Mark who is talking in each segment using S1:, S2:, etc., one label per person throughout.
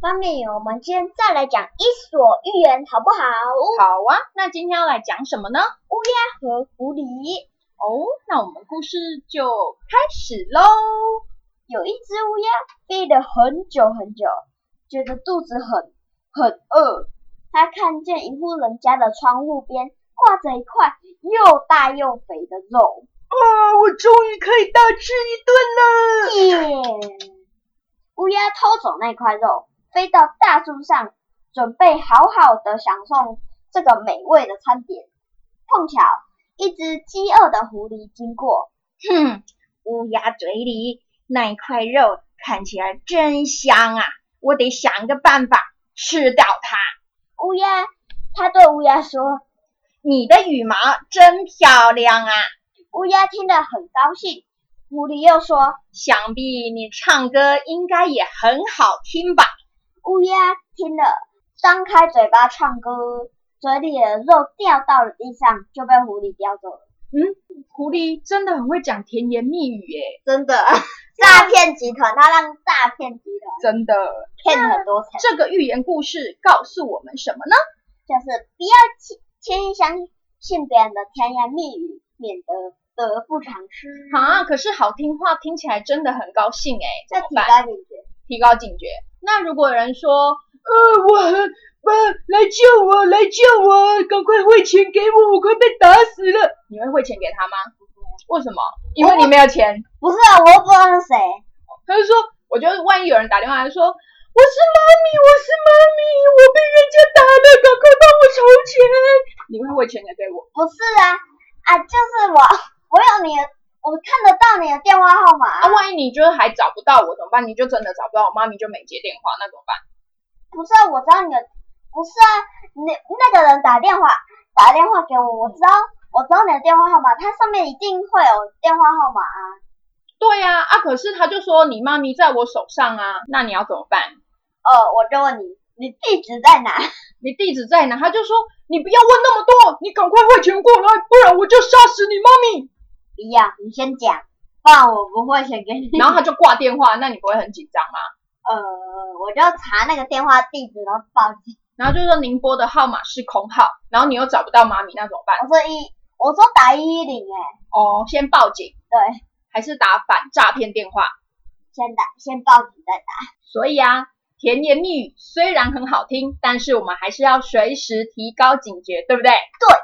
S1: 妈咪，我们今天再来讲《伊索寓言》好不好？
S2: 好啊，那今天要来讲什么呢？
S1: 乌鸦和狐狸。
S2: 哦，那我们故事就开始喽。
S1: 有一只乌鸦飞了很久很久，觉得肚子很很饿。它看见一户人家的窗户边挂着一块又大又肥的肉，
S2: 啊，我终于可以大吃一顿了。
S1: 耶！乌鸦偷走那块肉，飞到大树上，准备好好的享受这个美味的餐点。碰巧，一只饥饿的狐狸经过，
S2: 哼，乌鸦嘴里那一块肉看起来真香啊！我得想个办法吃掉它。
S1: 乌鸦，它对乌鸦说：“
S2: 你的羽毛真漂亮啊！
S1: 乌鸦听得很高兴，狐狸又说
S2: 想必你唱歌应该也很好听吧？：“
S1: 乌鸦听了，张开嘴巴唱歌，嘴里的肉掉到了地上，就被狐狸叼走了。
S2: 狐狸真的很会讲甜言蜜语耶，
S1: 真的，诈骗集团，他让诈骗集团
S2: 真的。
S1: 骗了很多钱，
S2: 这个寓言故事告诉我们什么呢？
S1: 就是不要轻轻易相信别人的甜言蜜语，免得得不偿失。
S2: 啊，可是好听话听起来真的很高兴哎，
S1: 这
S2: 怎么
S1: 提
S2: 办
S1: 高警觉。
S2: 提高警觉。那如果有人说，呃，我很，呃，来救我，来救我，赶快汇钱给我，我快被打死了。你会汇钱给他吗？为什么？因为你没有钱。
S1: 不是啊，我又不知道是谁，
S2: 他就说，我觉得万一有人打电话来说，我是妈咪，我是妈咪，我被人家打了，赶快帮我筹钱。你会汇钱给我？
S1: 不是啊，啊，就是我，我有你的，我看得到你的电话号码啊
S2: 啊，万一你就是还找不到我怎么办？你就真的找不到我，妈咪就没接电话，那怎么办？
S1: 不是啊，我知道你的，不是啊，那那个人打电话打电话给我，我知道我知道你的电话号码，它上面一定会有电话号码啊。
S2: 对呀、啊，可是他就说你妈咪在我手上啊，那你要怎么办？
S1: 哦，我就问你，你地址在哪？
S2: 你地址在哪？他就说你不要问那么多，你赶快汇钱过来，不然我就杀死你妈咪。
S1: 不要，你先讲，不然我不会写给你。
S2: 然后他就挂电话，那你不会很紧张吗？
S1: 呃，我就查那个电话地址，然后报警。
S2: 然后就说您拨的号码是空号，然后你又找不到妈咪，那怎么办？
S1: 我说一，我说打一一零，哎，
S2: 哦，先报警
S1: 对，
S2: 还是打反诈骗电话？
S1: 先打，先报警再打。
S2: 所以啊，甜言蜜语虽然很好听，但是我们还是要随时提高警觉，对不对？对。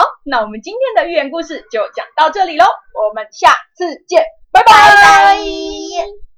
S2: 好，那我们今天的寓言故事就讲到这里喽，我们下次见，拜拜
S1: 拜拜。